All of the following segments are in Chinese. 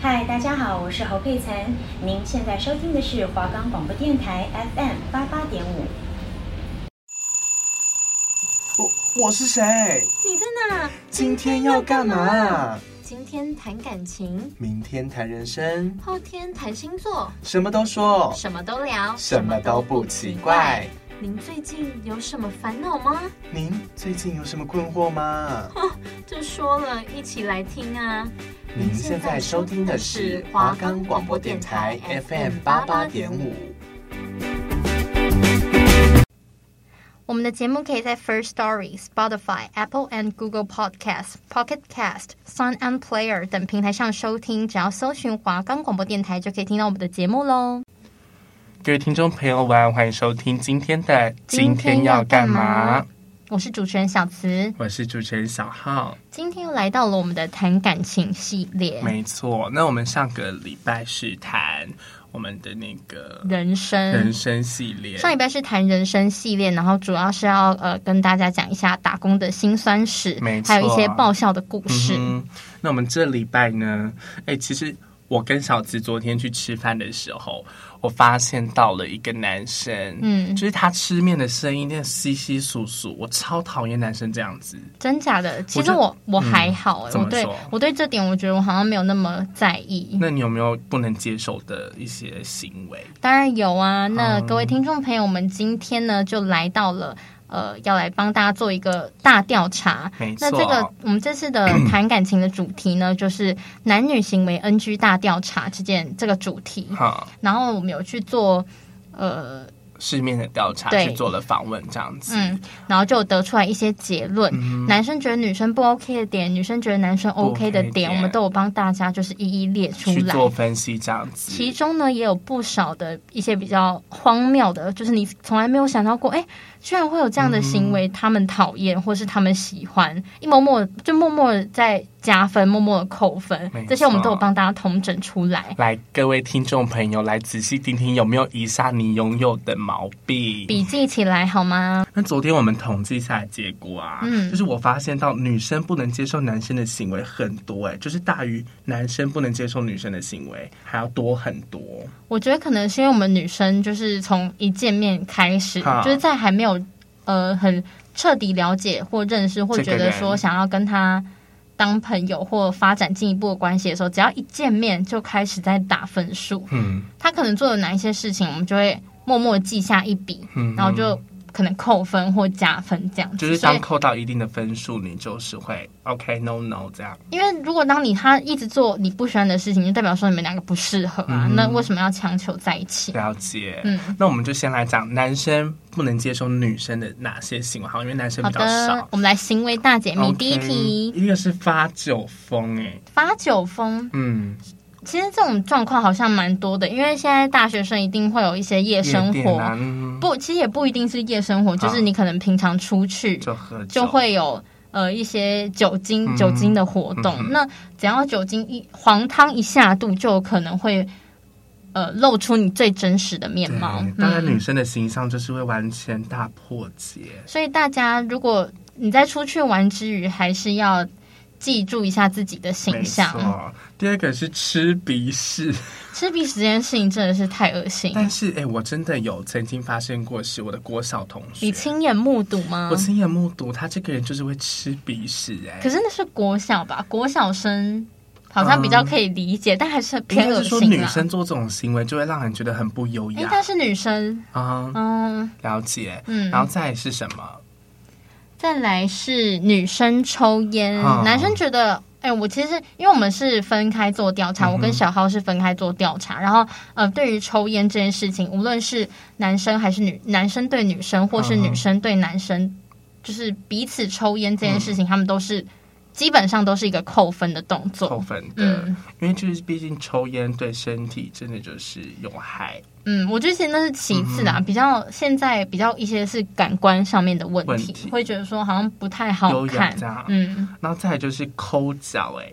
嗨，大家好，我是侯佩岑。您现在收听的是华冈广播电台 FM 八八点五。我我是谁？你在哪？今天要干嘛？今天谈感情，明天谈人生，后天谈星座，什么都说，什么都聊，什么都不奇怪。您最近有什么烦恼吗？您最近有什么困惑吗？就说了一起来听啊！您现在收听的是华冈广播电台 FM 八八点五。我们的节目可以在 First Story、Spotify、Apple and Google Podcast、Pocket Cast、Sound and Player 等平台上收听，只要搜寻华冈广播电台就可以听到我们的节目喽。各位听众朋友，晚安，欢迎收听今天的《今天要干嘛今天要干嘛我是主持人小慈》，，我是主持人小浩。今天又来到了我们的谈感情系列，没错，那我们上个礼拜是谈我们的那个人生。人生系列，上礼拜是谈人生系列，然后主要是要呃跟大家讲一下打工的辛酸史没，错还有一些爆笑的故事。嗯哼那我们这礼拜呢？哎，其实我跟小慈昨天去吃饭的时候，我发现到了一个男生，嗯就是他吃面的声音，那个稀稀疏疏，我超讨厌男生这样子。真假的？其实就我我嗯还好、欸怎么我对说我对这点，我觉得我好像没有那么在意。那你有没有不能接受的一些行为？当然有啊。那嗯各位听众朋友，我们今天呢就来到了呃，要来帮大家做一个大调查。没那错，这个我们这次 的谈感情的主题呢，就是男女行为 NG 大调查这件这个主题。好然后我们有去做呃市面的调查对去做了访问，这样子。嗯，然后就得出来一些结论。男生觉得女生不 OK 的点，女生觉得男生嗯不 OK 的 OK 点，点我们都有帮大家就是一一列出去来。做分析这样子，其中呢，也有不少的一些比较荒谬的，就是你从来没有想到过，哎，居然会有这样的行嗯为，他们讨厌或是他们喜欢，一默默就默默地在加分，默默的扣分没，错这些我们都有帮大家统整出来。来各位听众朋友来仔细听听有没有以下你拥有的毛病。笔记起来好吗？那昨天我们统计下来结果啊，嗯就是我发现到女生不能接受男生的行为很多、哎，就是大于男生不能接受女生的行为还要多很多。我觉得可能是因为我们女生就是从一见面开始，啊就是在还没有呃很彻底了解或认识或这个觉得说人想要跟他当朋友或发展进一步的关系的时候，只要一见面就开始在打分数。嗯，他可能做了哪一些事情，我们就会默默记下一笔，嗯然后就可能扣分或加分这样子。就是所以当扣到一定的分数，你就是会 OK no no 这样。因为如果当你他一直做你不喜欢的事情，就代表说你们两个不适合啊。嗯那为什么要强求在一起？了解，嗯，那我们就先来讲男生不能接受女生的哪些行为，好，因为男生好比较的少，。我们来行为大解密。 OK，第一题，一个是发酒疯，哎，发酒疯，嗯，其实这种状况好像蛮多的，因为现在大学生一定会有一些夜生夜活，店啊啊嗯不，其实也不一定是夜生活，就是你可能平常出去就喝酒就会有。呃，一些酒精嗯酒精的活动，嗯哼那只要酒精一黄汤一下肚，就有可能会呃露出你最真实的面对貌。嗯当然，女生的形象就是会完全大破解。所以大家，如果你在出去玩之余，还是要记住一下自己的没形象。错，第二个是吃鼻屎，吃鼻屎这件事情真的是太恶心，但是哎、我真的有曾经发生过，是我的国小同学，你亲眼目睹吗我？亲眼目睹他这个人就是会吃鼻屎、哎，可是那是国小吧，国小生好像比较可以理解，但还是嗯应偏该恶是说心女啦。生做这种行为就会让人觉得很不优哎雅，但是女生，啊、嗯，了解，嗯然后再来是什么？再来是女生抽烟，啊男生觉得。哎、我其实因为我们是分开做调查，嗯哼我跟小浩是分开做调查。然后，呃，对于抽烟这件事情，无论是男生还是女，男生对女生，或是嗯哼女生对男生，就是彼此抽烟这件事嗯情，他们都是基本上都是一个扣分的动作。扣分的，嗯因为就是毕竟抽烟对身体真的就是有害嗯，我觉得其实那是其次嗯啦，比较现在比较一些是感官上面的问题，问题会觉得说好像不太好优雅看这样。嗯，然后再来就是抠脚，哎，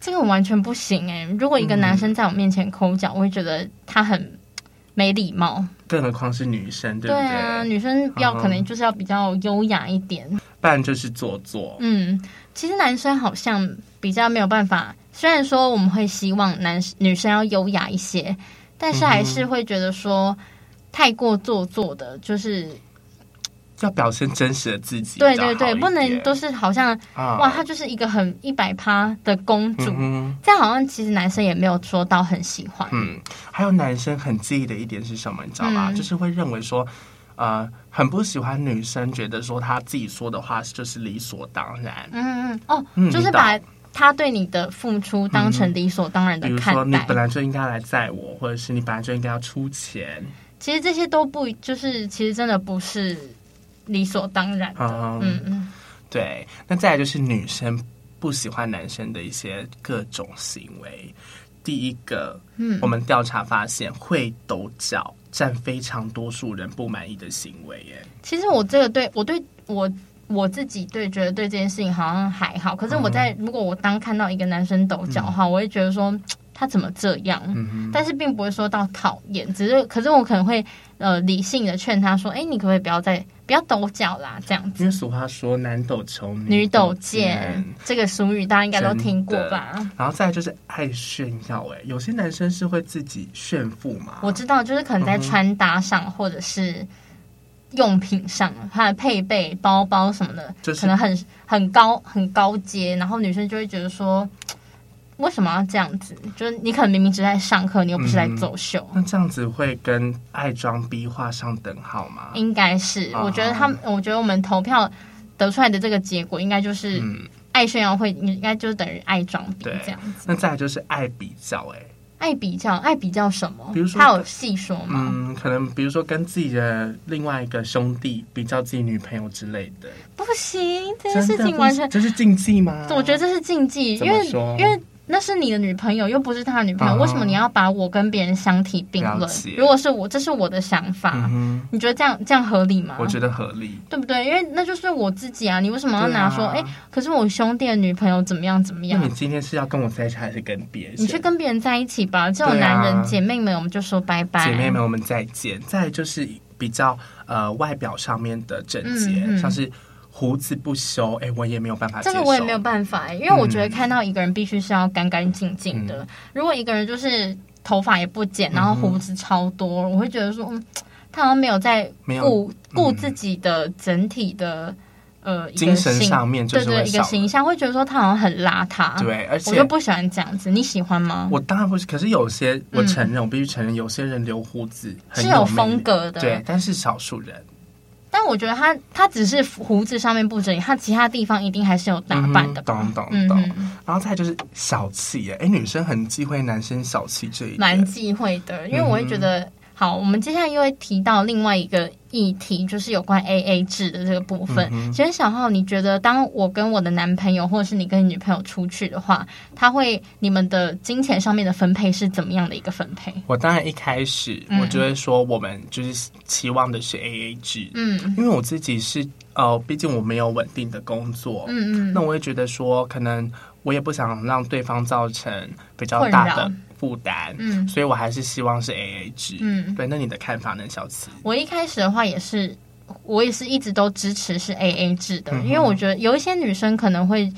这个我完全不行哎、如果一个男生嗯在我面前抠脚，我会觉得他很没礼貌。更何况是女生，对不对？啊，女生要、嗯可能就是要比较优雅一点。不然就是做作。嗯，其实男生好像比较没有办法虽然说我们会希望男女生要优雅一些，但是还嗯是会觉得说太过做作的，就是要表现真实的自己比较好对一对点，对，不能都是是好像啊哇，她就是一个很一百趴的公主，嗯这样好像其实男生也没有说到很喜欢哼。嗯，还有男生很介意的一点是什么，你知道吗？嗯就是会认为说。呃，很不喜欢女生觉得说她自己说的话就是理所当然，嗯嗯哦，嗯就是你把懂他对你的付出当成理所当然的比如看说你待。本来就应该来载我，或者是你本来就应该要出钱，其实这些都不就是其实真的不是理所当然的。嗯嗯嗯，对，那再来就是女生不喜欢男生的一些各种行为。第一个，嗯我们调查发现，会抖脚占非常多数人不满意的行为耶。其实我这个对我对我。我自己对觉得对这件事情好像还好，可是我在、嗯如果我当看到一个男生抖脚的话，我会觉得说嘖他怎么这样，嗯但是并不会说到讨厌，只是可是我可能会呃理性的劝他说，哎、你可不可以不要再不要抖脚啦，这样子。因为俗话说“男抖穷，女抖斗剑，这个俗语大家应该都听过吧？”，然后再来就是爱炫耀。哎，有些男生是会自己炫富嘛？我知道，就是可能在穿搭上或者是用品上，它的配备、包包什么的，就是可能很很高很高阶，然后女生就会觉得说，为什么要这样子？就是你可能明明只是在上课，你又不是在嗯走秀。那这样子会跟爱装逼画上等号吗？应该是，啊我觉得他们，我觉得我们投票得出来的这个结果，应该就是嗯，爱炫耀会，应该就是等于爱装逼对这样子。那再来就是爱比较。哎，爱比较，爱比较什么？比如说他有细说吗？嗯，可能比如说跟自己的另外一个兄弟比较自己女朋友之类的，不行，这件真事的情不完是全，这是禁忌吗？我觉得这是禁忌，怎因么为说因为那是你的女朋友，又不是他的女朋友，啊为什么你要把我跟别人相提并了论解？如果是我，这是我的想法，嗯你觉得这样这样合理吗哼，？我觉得合理。对不对？因为那就是我自己啊，你为什么要拿说，哎、对啊可是我兄弟的女朋友怎么样怎么那样你？今天是要跟我在一起，还是跟别人？你去跟别人在一起吧，这种对啊男人、姐妹们，我们就说拜拜。姐妹们，我们再见。再来就是比较呃外表上面的整洁，嗯嗯像是胡子不修，哎、我也没有办法接这受。嗯个我也没有办法欸、因为我觉得看到一个人必须是要干干净净的。如果一个人就是头发也不剪，然后胡子超多，我会觉得说，嗯，他好像没有在嗯没有嗯顾顾自己的整体的呃一个精神形上面就是对对会一个少形象，会觉得说他好像很邋遢。，对，而我就且不喜欢这样子。你喜欢吗？我当然不是，可是有些我嗯承认，我必须承认，有些人留胡子很是有魅风力格的对，但是少数人。但我觉得他他只是胡子上面不整理，他其他地方一定还是有打扮的吧。嗯哼懂懂嗯懂。哼然后再就是小气耶，哎，女生很忌讳男生小气这一蛮点。忌讳嗯的，因为我会觉得，好，我们接下来又会提到另外一个议题，就是有关 A A 制的这个部分。嗯哼请问小浩，你觉得当我跟我的男朋友或者是你跟你女朋友出去的话，他会你们的金钱上面的分配是怎么样的一个分配？我当然一开始嗯我就会说，我们就是期望的是 A A 制，嗯因为我自己是呃，毕竟我没有稳定的工作，嗯那嗯，我会觉得说，可能我也不想让对方造成比较大困的扰负担，嗯所以我还是希望是 A A 制。嗯对，那你的看法呢，小慈？我一开始的话也是。我也是一直都支持是 A A 制的，嗯哼因为我觉得有一些女生可能会，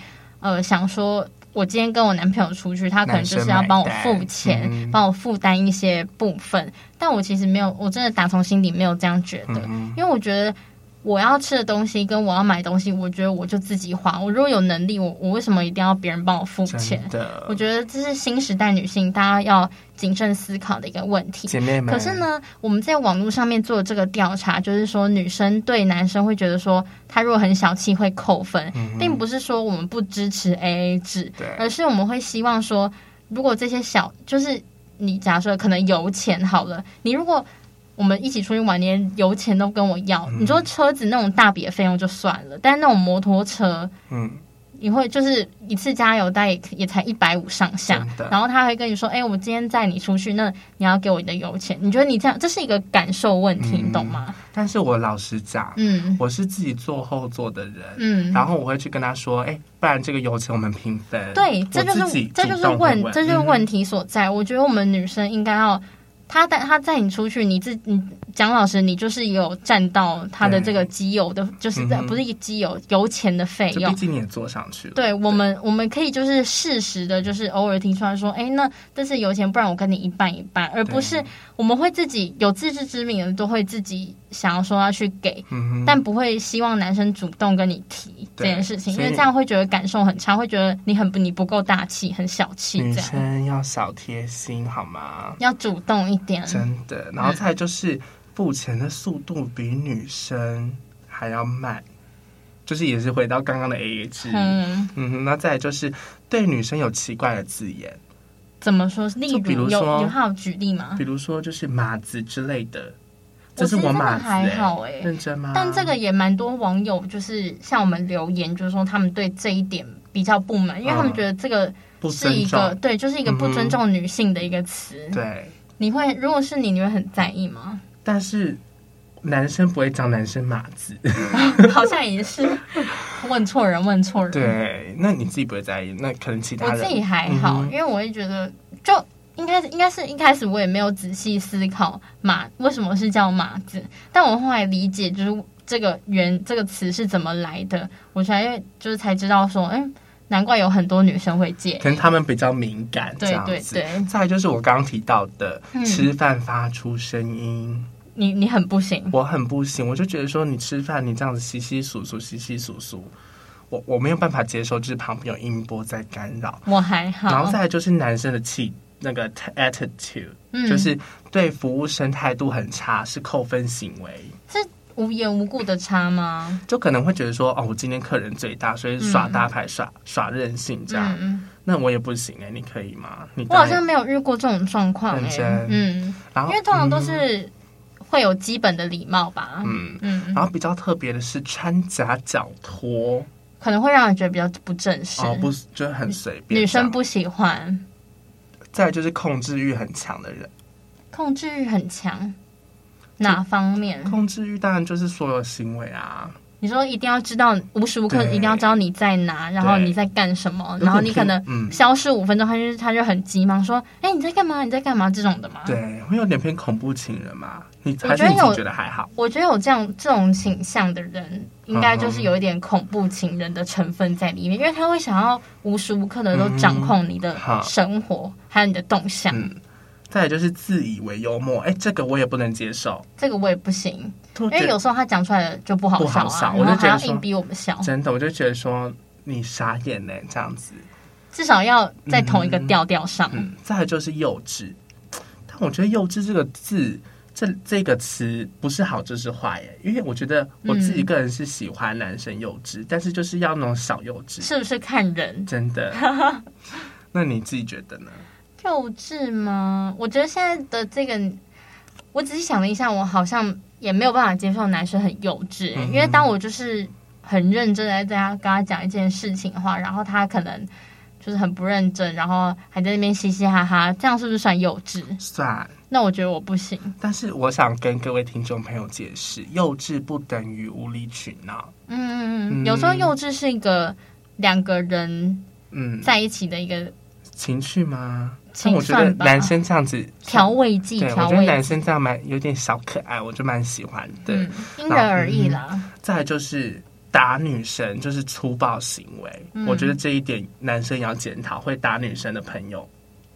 呃，想说，我今天跟我男朋友出去，他可能就是要帮我付男生买单钱嗯，帮、我负担一些部分。但我其实没有，我真的打从心底没有这样觉得，嗯因为我觉得我要吃的东西跟我要买的东西，我觉得我就自己花。我如果有能力，我我为什么一定要别人帮我付钱真？的，我觉得这是新时代女性大家要谨慎思考的一个问题。姐嗯妹们，可是，呢，我们在网络上面做这个调查，就是说女生对男生会觉得说，他如果很小气会扣分，嗯嗯并不是说我们不支持 AA 制对，而是我们会希望说，如果这些小就是你假设可能油钱好了，你如果我们一起出去玩，连油钱都跟我要，你说车子那种大笔的费用就算了，但那种摩托车。嗯，你会就是一次加油大概也也才一百五上下真的，然后他会跟你说：“哎、我今天载你出去，那你要给我你的油钱。”你觉得你这样，这是一个感受问题，嗯你懂吗？但是我老实讲，嗯我是自己坐后座的人，嗯，然后我会去跟他说，哎、不然这个油钱我们平分。对，这就我自是己这就主是动会问，这就是嗯问题所在。我觉得我们女生应该要他带他带你出去，你自你蒋老师，你就是有占到他的对这个机油的，就是在、嗯哼不是机油油钱的费就毕用。竟你也坐上去了。对我们，我们可以就是适时的，就是偶尔听出来说，哎，那这次油钱，不然我跟你一半一半，而不是我们会自己有自知之明的，都会自己想要说要去给，嗯哼，但不会希望男生主动跟你提这对件事情，因所以为这样会觉得感受很差，会觉得你很不你不够大气，很小气女这样。生要少贴心好吗？要主动一点，真的。嗯然后再来就是付钱的速度比女生还要慢，就是也是回到刚刚的 A A 制。嗯，嗯哼，那再来就是对女生有奇怪的字眼，怎么说？例就比如有说有还有举例吗比？如说就是马子之类的，我这是其实我真的马子、欸，还好欸认真吗？但这个也蛮多网友就是向我们留言，就是说他们对这一点比较不满，因为他们觉得这个不是一尊个重，嗯对，就是一个不尊重女性的一个词。对，你会如果是你，你会很在意 吗？但是男生不会讲男生马子， 好像也是问错人，问错人。，对，那你自己不会在意，那可能其他我人自己还好，嗯因哼为我会觉得就。应该是应该是一开始我也没有仔细思考马为什么是叫马字，但我后来理解就是这个原这个词是怎么来的，我才就是才知道说，嗯，难怪有很多女生会介意可能他们比较敏感，对这样子。对对再来就是我刚刚提到的，嗯吃饭发出声音，你，你很不行。我很不行，我就觉得说你吃饭你这样子稀稀疏疏，稀稀疏疏，我我没有办法接受，就是旁边有音波在干扰。我还然后好再，来就是男生的气那个 attitude，、嗯就是对服务生态度很差，是扣分行为。是无缘无故的差吗？就可能会觉得说，哦，我今天客人最大，所以耍大牌、耍耍任性这样，嗯，那我也不行哎、你可以吗？你我好当然像没有遇过这种状况认哎真。嗯，然因后为通常都嗯是会有基本的礼貌吧。嗯，嗯，然后比较特别的是穿夹脚拖，可能会让人觉得比较不正式，哦，不是，就是很随便。女生，不喜欢，再来就是控制欲很强的人，控制欲很强。哪方面？控制欲当然就是所有行为啊，你说一定要知道，无时无刻对一定要知道你在哪，然后你在干什么，然后你可能嗯消失五分钟，他就他就很急忙说：“哎、你在干嘛？你在干嘛？”这种的吗？对，会有点偏恐怖情人嘛？你觉得还是你自己有觉得还好？我觉得有这样这种倾向的人，应该嗯就是有一点恐怖情人的成分在里面，因为他会想要无时无刻的都掌控你的嗯好生活，还有你的动向。嗯再来就是自以为幽默，哎，这个我也不能接受，这个我也不行，因因为有时候他讲出来的就不好笑不好啊，笑然后我就觉还得要说硬逼我们笑，真的，我就觉得说你傻眼呢、这样子。至少要在同一个调调上。嗯，再来就是幼稚，但我觉得“幼稚”这个字，这这个词不是好就是坏耶，因为我觉得我自己个人是喜欢男生幼稚，但是就是要那种小幼稚，是不是看人真的。那你自己觉得呢？幼稚吗？我觉得现在的这个，我仔细想了一下，我好像也没有办法接受男生很幼稚、欸因嗯为当我就是很认真的在跟他跟他讲一件事情的话，然后他可能就是很不认真，然后还在那边嘻嘻哈哈，这样是不是算幼稚？算，那我觉得我不行。但是我想跟各位听众朋友解释，幼稚不等于无理取闹。嗯，嗯有时候幼稚是一个两个人嗯，在一起的一个情绪吗？但情我觉得算吧，男生这样子调味剂，对，我调觉得味男剂，生这样蛮有点小可爱，我就蛮喜欢的。嗯嗯，因人而异啦。再来就是打女生，就是粗暴行为。嗯我觉得这一点男生也要检讨，会打女生的朋友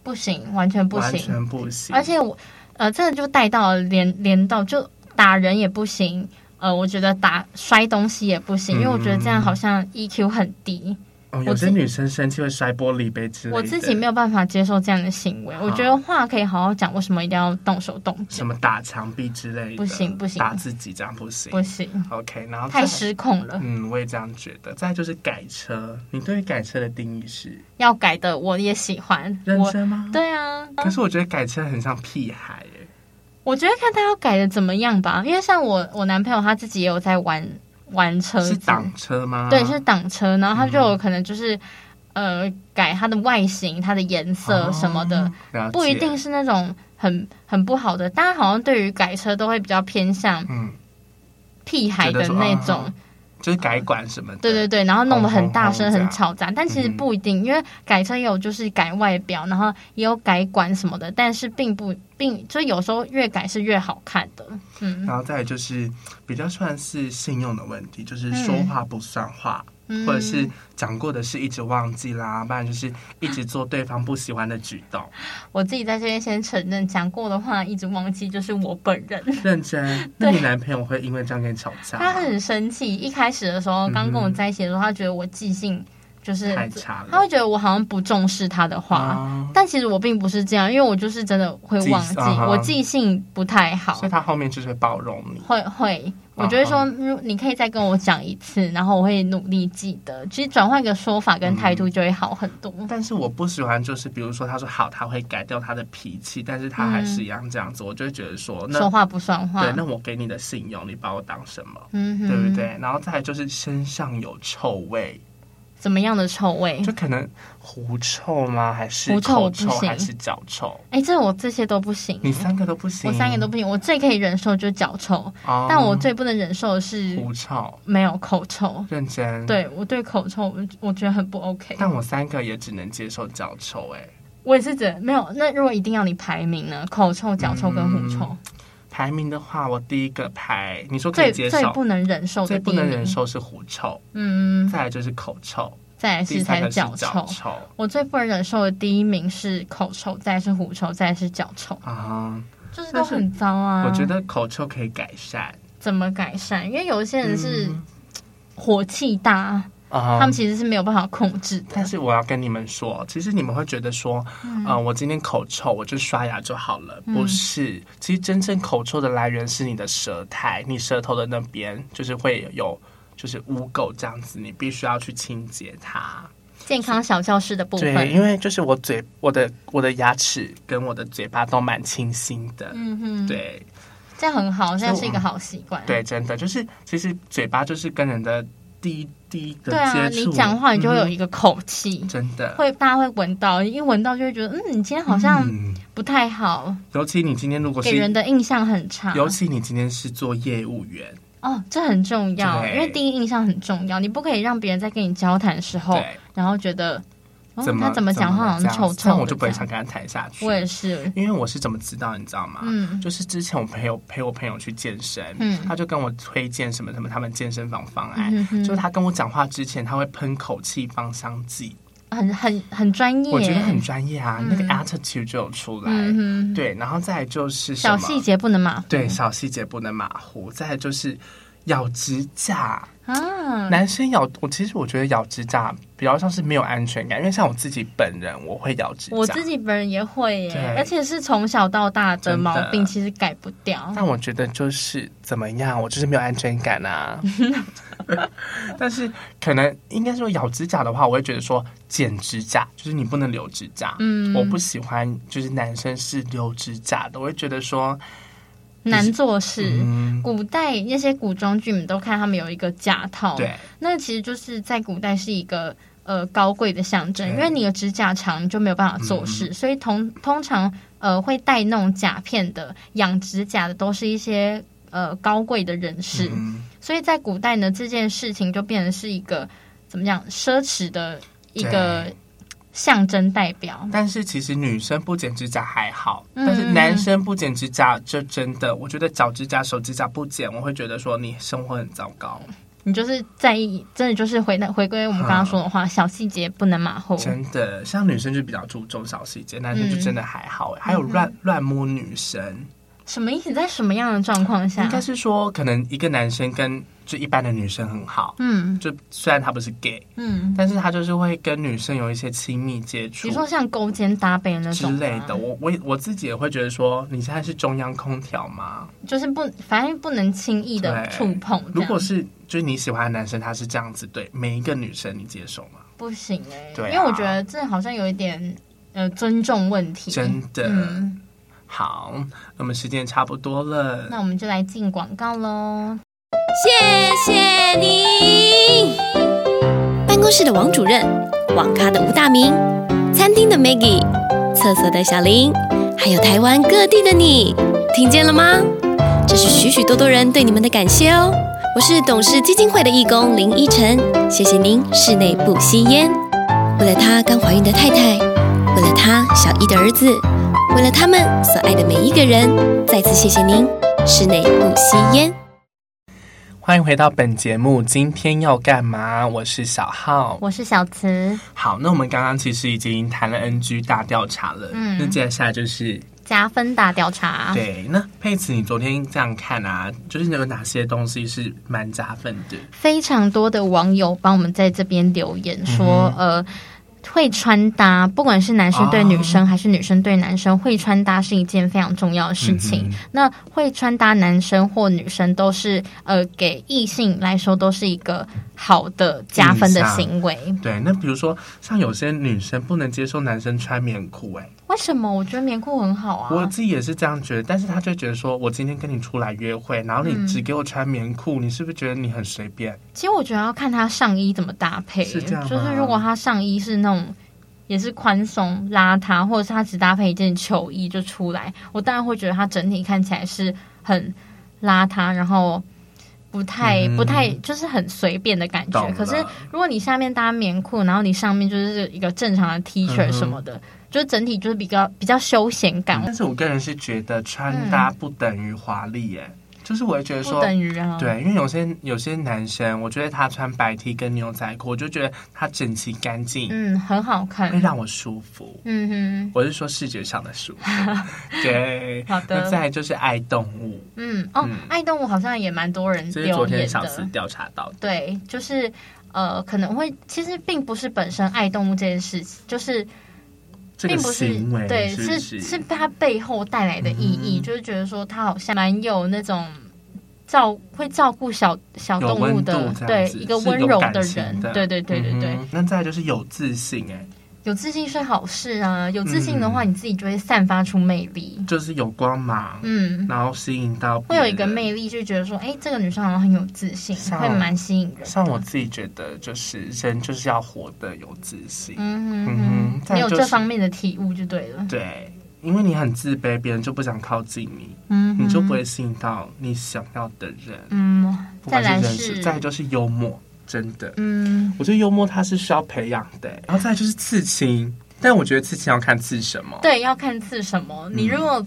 不行，完全不完行。全不行。而且我，呃，这个就带到了连连到就打人也不行，呃，我觉得打摔东西也不行，因为我觉得这样好嗯像 EQ 很低，哦、我有自些女生生气会摔玻璃杯之类的。我自己没有办法接受这样的行为。我觉得话可以好好讲，为什么一定要动手动脚什？么打墙壁之类的，不行不行打自己这样不行。不行， OK，然后再太失控了。嗯，我也这样觉得。再来就是改车，你对于改车的定义是要改的我也喜欢，认我真吗？。对啊，可是我觉得改车很像屁孩耶。我觉得看他要改的怎么样吧，因为像我我男朋友他自己也有在玩玩车子，是挡车吗？对，是挡车，然后他就有嗯可能就是、呃改它的外形、它的颜色什么的，哦了解，不一定是那种很很不好的。大家好像对于改车都会比较偏向嗯，屁孩的那觉得说种啊哦就是改管什么的。对对对，然后弄得很大声、轰轰轰很吵杂，但其嗯实不一定，因为改车也有就是改外表，然后也有改管什么的，但是并不并就有时候越改是越好看的，嗯然后再来就是比较算是信用的问题，就是说话不算话，嗯，或者是讲过的事一直忘记啦，不然就是一直做对方不喜欢的举 动。我自己在这边先承认，讲过的话一直忘记，就是我本人。认真，那你男朋友会因为这样跟你吵架他吗？很生气，一开始的时候，刚跟我在一起的时候，他觉得我记性就是，太差他了。会觉得我好像不重视他的话，啊但其实我并不是这样，因为我就是真的会忘记记啊哈，我记性不太好所以，他后面就是会啊包容你。会会，我就会说，如你可以再跟我讲一次，然后我会努力记得。其实转换个说法跟嗯态度就会好很多。但是我不喜欢，就是比如说，他说好，他会改掉他的脾气，但是他还是一样这样子，我就会觉得说，嗯那说话不算话，对，那我给你的信用，你把我当什么，嗯哼，对不？对？然后再来就是身上有臭味，怎么样的臭味？就可能狐臭吗？还是嗯狐臭口我不臭行还是脚臭？哎，这我这些都不行，你三个都不行，我三个都不行，我最可以忍受就是脚臭，哦但我最不能忍受的是狐臭，没有口臭。认真。对我对口臭，我我觉得很不 OK。但我三个也只能接受脚臭、哎，我也是觉得没有。那如果一定要你排名呢？口臭、脚臭跟狐臭，排名的话，我第一个排，你说嗯可以最接最受，不能忍受最的不第一能忍名。受是狐臭，嗯，再来就是口臭，再来第是三才是个是脚脚臭。臭我最不能忍受的第一名是口臭，再来是狐臭，再来是脚臭，啊。就是都很糟啊。我觉得口臭可以改善，怎么改善？因为有些人是嗯火气大，啊他们其实是没有办法控制的。但是我要跟你们说，其实你们会觉得说，嗯、我今天口臭，我就刷牙就好了。嗯不是，其实真正口臭的来源是你的舌苔，你舌头的那边就是会有就是污垢这样子，你必须要去清洁它。健康小教室的部对，分，因为就是我嘴、我的我的牙齿跟我的嘴巴都蛮清新的。嗯哼，，对这样很好，这样是一所以我个好习惯。对，真的就是，其实嘴巴就是跟人的第一第一个对啊，接触，你讲话你就会有嗯一个口气，真的会大家会闻到，一闻到就会觉得，嗯，你今天好像嗯不太好，尤其你今天如果是给人的印象很差。尤其你今天是做业务员，哦，这很重要，对因为第一印象很重要，你不可以让别人在跟你交谈的时候，对，然后觉得，哦，怎么他哦怎么讲话好怎像么这臭臭样这的，样我就不会想跟他谈下去。我也是，因为我是怎么知道，你知道吗？嗯就是之前我朋友陪我朋友去健身，嗯他就跟我推荐什么什么他们健身房方案，嗯哼就是他跟我讲话之前他会喷口气芳香剂，很很很专业，我觉得很专业啊，那个 attitude 就有出嗯来，嗯哼，对，然后再来就是什小么细节不能马虎对，小细节不能马虎，再来就是咬指甲，啊，男生咬我，其实我觉得咬指甲比较像是没有安全感，因为像我自己本人，我会咬指甲，我自己本人也会耶对，而且是从小到大的毛真病，的其实改不掉。但我觉得就是怎么样，我就是没有安全 感啊。但是可能应该说咬指甲的话，我会觉得说剪指甲，就是你不能留指甲。嗯我不喜欢就是男生是留指甲的，我会觉得说，难做事。嗯，古代那些古装剧，你们都看他们有一个甲套，对，那其实就是在古代是一个呃高贵的象征，对嗯因为你的指甲长，你就没有办法做事，所以通通常呃会戴那种甲片的、养指甲的，都是一些呃高贵的人士，嗯所以在古代呢，这件事情就变成是一个怎么讲奢侈的一个对象征代表。但是其实女生不剪指甲还好，嗯但是男生不剪指甲，这真的，我觉得脚指甲、手指甲不剪，我会觉得说你生活很糟糕，你就是在意，真的就是回到回归我们刚刚说的话，小细节不能马虎。真的。像女生就比较注重小细节，男生就真的还好、嗯欸。还有乱乱摸女生，什么意思？在什么样的状况下应？该是说可能一个男生跟就一般的女生很好，嗯就虽然他不是 gay，嗯，但是他就是会跟女生有一些亲密接触比如。说像勾肩搭背那之种吗啊类的，，我我也我自己也会觉得说，你现在是中央空调吗？就是不，反正不能轻易的对触碰这样。如果是就是你喜欢的男生，他是这样子对每一个女生，你接受吗？不行哎、对啊因为我觉得这好像有一点呃尊重问题。真的、嗯，好，那么时间差不多了，那我们就来进广告喽。谢谢你。办公室的王主任，网咖的吴大明，餐厅的 Maggie，厕所的小林，还有台湾各地的你，听见了吗？这是许许多多人对你们的感谢哦。我是董事基金会的义工林依晨，谢谢您室内不吸烟。为了她刚怀孕的太太，为了她小一的儿子，为了他们所爱的每一个人，再次谢谢您室内不吸烟。欢迎回到本节目，今天要干嘛？我是小浩。我是小慈，好，那我们刚刚其实已经谈了 NG 大调查了，嗯啊那接下来就是加分大调查。对，那佩慈，你昨天这样看啊，就是有哪些东西是蛮加分的？非常多的网友帮我们在这边留言说，嗯呃，会穿搭，不管是男生对女啊生、还是女生对男生，会穿搭是一件非常重要的事情。嗯哼那会穿搭男生或女生都是呃，给异性来说都是一个好的加分的行为。对，那比如说像有些女生不能接受男生穿棉裤、哎、为什么？我觉得棉裤很好我啊。自己也是这样觉得，但是她就觉得说我今天跟你出来约会，然后你只给我穿棉裤，你是不是觉得你很随便？其实我觉得要看他上衣怎么搭配，是这样吗就是如果他上衣是那种。也是宽松邋遢，或者是他只搭配一件球衣就出来，我当然会觉得他整体看起来是很邋遢，然后不太、嗯不太就是很随便的感觉懂。了可是如果你下面搭棉裤，然后你上面就是一个正常的 T 恤嗯哼嗯什么的，就是整体就是比较比较休闲感，但是我个人是觉得穿搭不等于华丽，哎，就是我会觉得嗯不说。等于啊。对，因为有些有些男生，我觉得他穿白 T 跟牛仔裤，我就觉得他整齐干净，嗯，很好看 会。让我舒服。嗯哼。我是说视觉上的舒 服。对，好的那再来就是爱动物，嗯，哦嗯，爱动物好像也蛮多人这留是昨天言小司的，调查到的。对，就是呃，可能会其实并不是本身爱动物这件事情，就是这并个不是行为对，是不是是它背后带来的意义，嗯就是觉得说它好像蛮有那种照会照顾小小有动温物度的，这对样子，一个是温有柔感的情人，对对对对对，嗯哼那再来就是有自信，哎，有自信是好事啊，有自信的话，嗯你自己就会散发出魅力，就是有光芒，嗯。然后吸引到会有一个别人魅力，就觉得说，哎、这个女生好像很有自信，像会蛮吸引人的。像我自己觉得，就是人就是要活得有自信，嗯哼嗯哼哼再你有就这是方面的体悟就对了。对，因为你很自卑，别人就不想靠近你，嗯哼，你就不会吸引到你想要的人。嗯，不再来管是人事，再来就是幽默，真的，嗯，我觉得幽默它是需要培养的、然后再来就是刺青，但我觉得刺青要看刺什么。对，要看刺什么。嗯你如果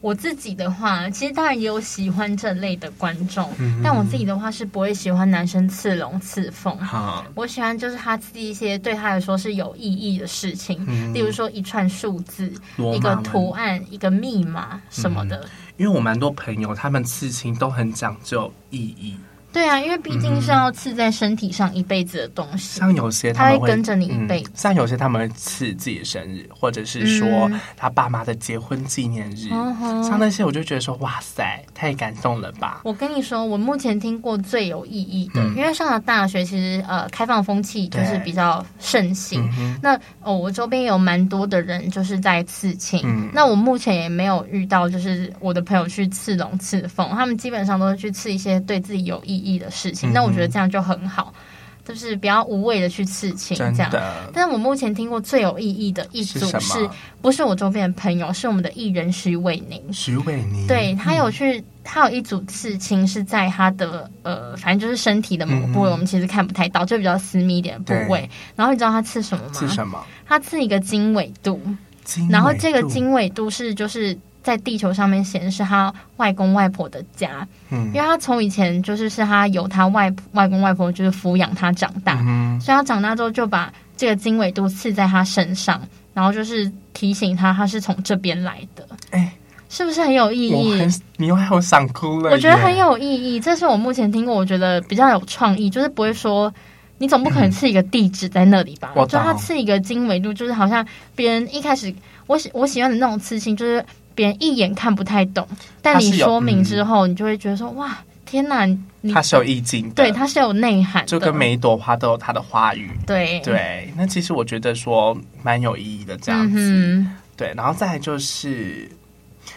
我自己的话，其实当然也有喜欢这类的观众，嗯但我自己的话是不会喜欢男生刺龙刺凤。好，我喜欢就是他刺一些对他来说是有意义的事情，嗯例如说一串数字、罗一马嗯个文图案、一个密码什么的。因为我蛮多朋友他们刺青都很讲究意义，对啊，因为毕嗯竟是要刺在身体上一辈子的东西。像有些他他们会跟着你一辈子嗯像有些他们会刺自己的生日，或者是说嗯他爸妈的结婚纪念日，嗯哼像那些我就觉得说，哇塞，太感动了吧。我跟你说，我目前听过最有意义的，嗯因为上了大学，其实呃，开放风气就是对比较盛行嗯。哼，那哦，我周边有蛮多的人就是在刺青，嗯那我目前也没有遇到，就是我的朋友去刺龙刺凤，他们基本上都是去刺一些对自己有意义的事情。嗯那我觉得这样就很好，就是不要无谓的去刺青真这样。的但我目前听过最有意义的一是组什是么，？不是我周边的朋友，是我们的艺人徐伟宁。徐伟宁，嗯对他有去，他有一组刺青是在他的呃，反正就是身体的某个部位，嗯我们其实看不太到，就比较私密一点的部位对。然后你知道他刺什么吗？是什么？他刺一个经纬度，经纬然后这个度，经纬度是就是。在地球上面显示他外公外婆的家，嗯因为他从以前就是是他由他外婆外公外婆就是抚养他长大，嗯所以他长大之后就把这个经纬度刺在他身上，然后就是提醒他他是从这边来的，哎是不是很有意哼，义？我很，你又害我想哭了耶，我觉得很有意义，这是我目前听过我觉得比较有创意，就是不会说你总不可能刺一个地址在那里吧？嗯我就懂他刺一个经纬度，就是好像别人一开始我喜我喜欢的那种刺青，就是别人一眼看不太懂，但它是你有说明嗯之后，你就会觉得说哇，天哪！你它是有意境的，对，它是有内涵的，就跟每一朵花都有它的花语。对对，那其实我觉得说蛮有意义的这样嗯子。哼，对，然后再来就是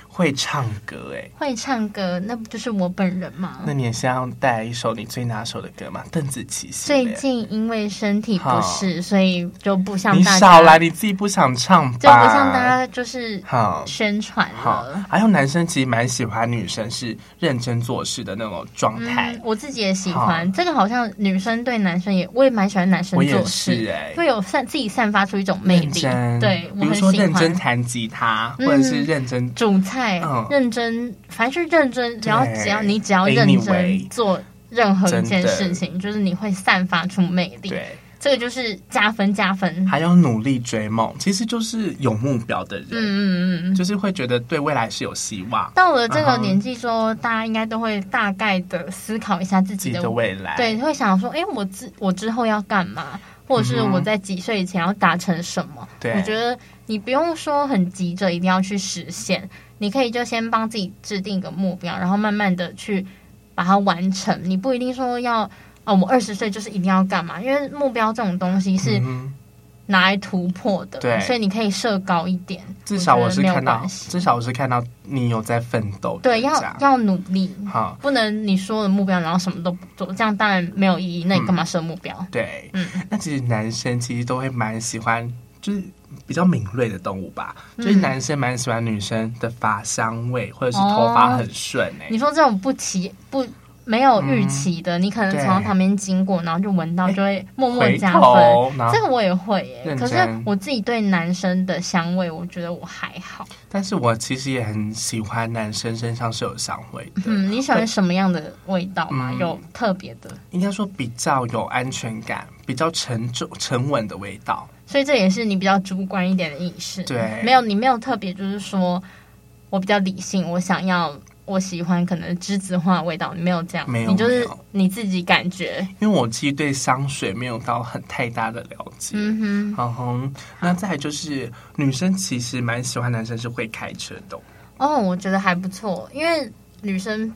会唱歌哎、会唱歌，那不就是我本人吗？那你也是要带来一首你最拿手的歌吗？邓紫棋系列最近因为身体不适，所以就不向你大少来，家，啊你自己不想唱吧？就不向大家就是好宣传好了。，还有男生其实蛮喜欢女生是认真做事的那种状态。嗯，我自己也喜好欢这个，好像女生对男生也，我也蛮喜欢男生我也做是事，哎、会有散自己散发出一种魅认力真，。对，我比如很说喜认真欢。弹吉他，嗯或者是认真煮菜嗯，认真，凡是认真，只要对只要你只要认真 Anyway，做任何一真件的事情，就是你会散发出魅力。对，这个就是加分加分。还有努力追梦，其实就是有目标的人，嗯嗯嗯嗯。就是会觉得对未来是有希望，到了这嗯个哼年纪之后，大家应该都会大概的思考一下自自己己的的未来。对，会想说，哎，我之我之后要干嘛，或者是嗯哼我在几岁以前要达成什么？对我觉得你不用说很急着一定要去实现，你可以就先帮自己制定一个目标，然后慢慢的去把它完成。你不一定说要。哦，我二十岁就是一定要干嘛？因为目标这种东西是嗯哼拿来突破的，对所以你可以设高一点。至少我我觉是得没有看到，关系至少我是看到你有在奋斗的对，这要样。要努力，好，不能你说了目标，然后什么都不做，这样当然没有意义。那你干嘛设目标？对，嗯那其实男生其实都会蛮喜欢，就是比较敏锐的动物吧，嗯就是男生蛮喜欢女生的发香味，或者是头发很顺哎、哦你说这种不期不没有预期的，你可能从他嗯对哎旁边经过，然后就闻到，就会默默回加分。头，然后这个我也会耶，认可是真我自己对男生的香味，我觉得我还好。但是我其实也很喜欢男生身上是有香味的，嗯，你喜欢什么样的味道吗？嗯有特别的，应该说比较有安全感，比较沉重沉稳的味道。所以这也是你比较主观一点的意识。对没有你没有特别，就是说我比较理性，我想要。我喜欢可能栀子花的味道，你没有这样，没有你就没是有你自己感觉，因为我其实对香水没有到很太大的了解。嗯哼，然后，那再来就是女生其实蛮喜欢男生是会开车的哦，哦，我觉得还不错，因为女生，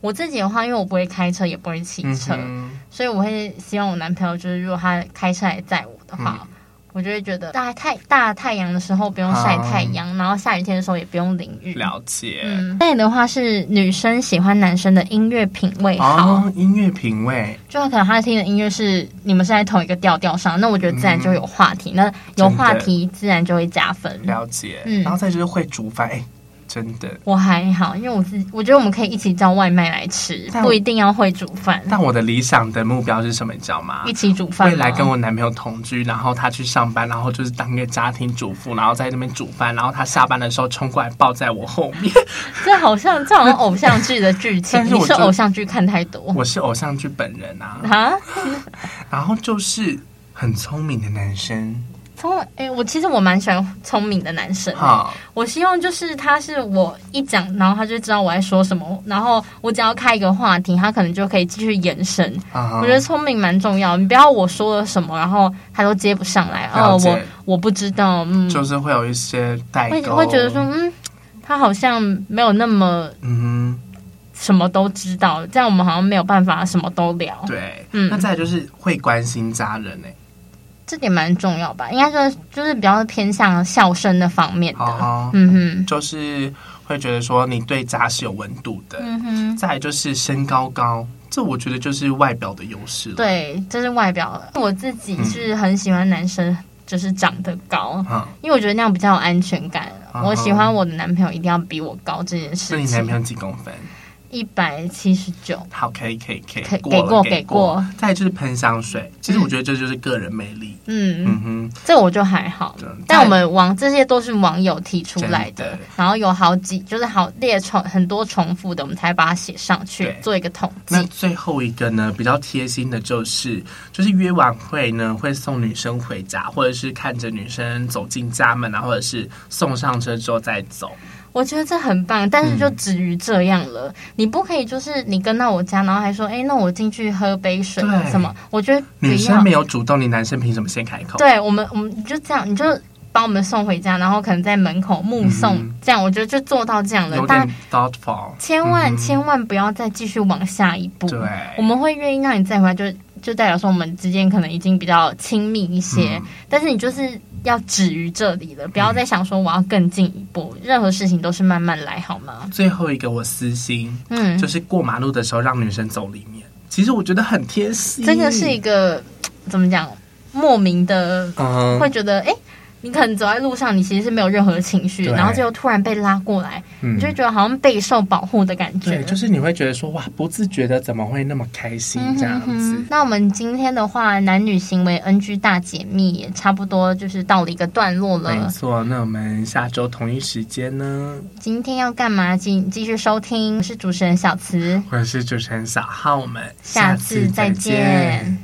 我自己的话，因为我不会开车，也不会骑车，嗯哼所以我会希望我男朋友就是，如果他开车来载我的嗯话，我就会觉得大太大太阳的时候不用晒太阳，然后下雨天的时候也不用淋雨。啊了解。嗯，再来的话是女生喜欢男生的音乐品味好，哦，音乐品味，就可能他听的音乐是你们是在同一个调调上，那我觉得嗯自然就有话题，那有话题自然就会加分。了解。嗯然后再就是会煮饭，哎，真的。我还好，因为我自己，我觉得我们可以一起叫外卖来吃，但我不一定要会煮饭，但我的理想的目标是什么，你知道吗一？起煮饭。未来跟，我男朋友同居，然后他去上班，然后就是当一个家庭主妇，然后在那边煮饭，然后他下班的时候冲过来抱在我后面。这好像这好像偶像剧的剧情， 但是我你是就偶像剧看太多我是偶像剧本人啊， 啊？然后就是很聪明的男生，聪哎、我其实我蛮喜欢聪明的男生，哈，我希望就是他是我一讲，然后他就知道我在说什么，然后我只要开一个话题，他可能就可以继续延伸。啊我觉得聪明蛮重要，你不要我说了什么，然后他都接不上来，哦了，解我我不知道，嗯，就是会有一些代会沟，会觉得说，嗯，他好像没有那么嗯什么都知道，这样我们好像没有办法什么都聊哼，，对，嗯那再来就是会关心家人哎、这点蛮重要吧？应该说就是比较偏向孝顺那方面的，哦，嗯哼，就是会觉得说你对家是有温度的。嗯哼，再来就是身高高，这我觉得就是外表的优势了。，对，这是外表了。我自己是很喜欢男生，就是长得高，嗯，因为我觉得那样比较有安全感。嗯哼我喜欢我的男朋友一定要比我高这件那事你男朋情，友几公分？一百七十九。好，可以，可以，可以，可以了给过给给过。再来就是喷香水，其实嗯我觉得这就是个人魅力。嗯，嗯哼，这我就还好对。但我们网这些都是网友提出来真的的，然后有好几就是好列重很多重复的，我们才把它写上去对做一个统计那。最后一个呢，比较贴心的就是，就是约晚会呢会送女生回家，或者是看着女生走进家门啊，或者是送上车之后再走。我觉得这很棒，但嗯是就止于这样了。你不可以就是你跟到我家，然后还说，哎，那我进去喝杯水啊对什么？我觉得不女生要没。有主动，你男生凭什么先开口？对我们，我们你就这样，你就把我们送回家，然后可能在门口目送，嗯这样我觉得就做到这样了有。但点 thoughtful。千万、嗯千万不要再继续往下一步。对，我们会愿意嗯让你再回来就，就代表说我们之间可能已经比较亲密一些，但是你就是要止于这里了，不要再想说我要更进一嗯步，任何事情都是慢慢来，好吗？最后一个我私心，嗯，就是过马路的时候让女生走里面，其实我觉得很贴心。这个是一个怎么讲，莫名的嗯会觉得，哎、你可能走在路上，你其实是没有任何情绪，对然后就突然被拉过来，嗯你就会觉得好像备受保护的感觉对，。就是你会觉得说哇，不自觉的怎么会那么开心这嗯样子？那我们今天的话，男女行为 NG 大解密也差不多就是到了一个段落没了。错，那我们下周同一时间呢？今天要干嘛？请继续收听，我是主持人小慈，我是主持人小浩，我们下次再见。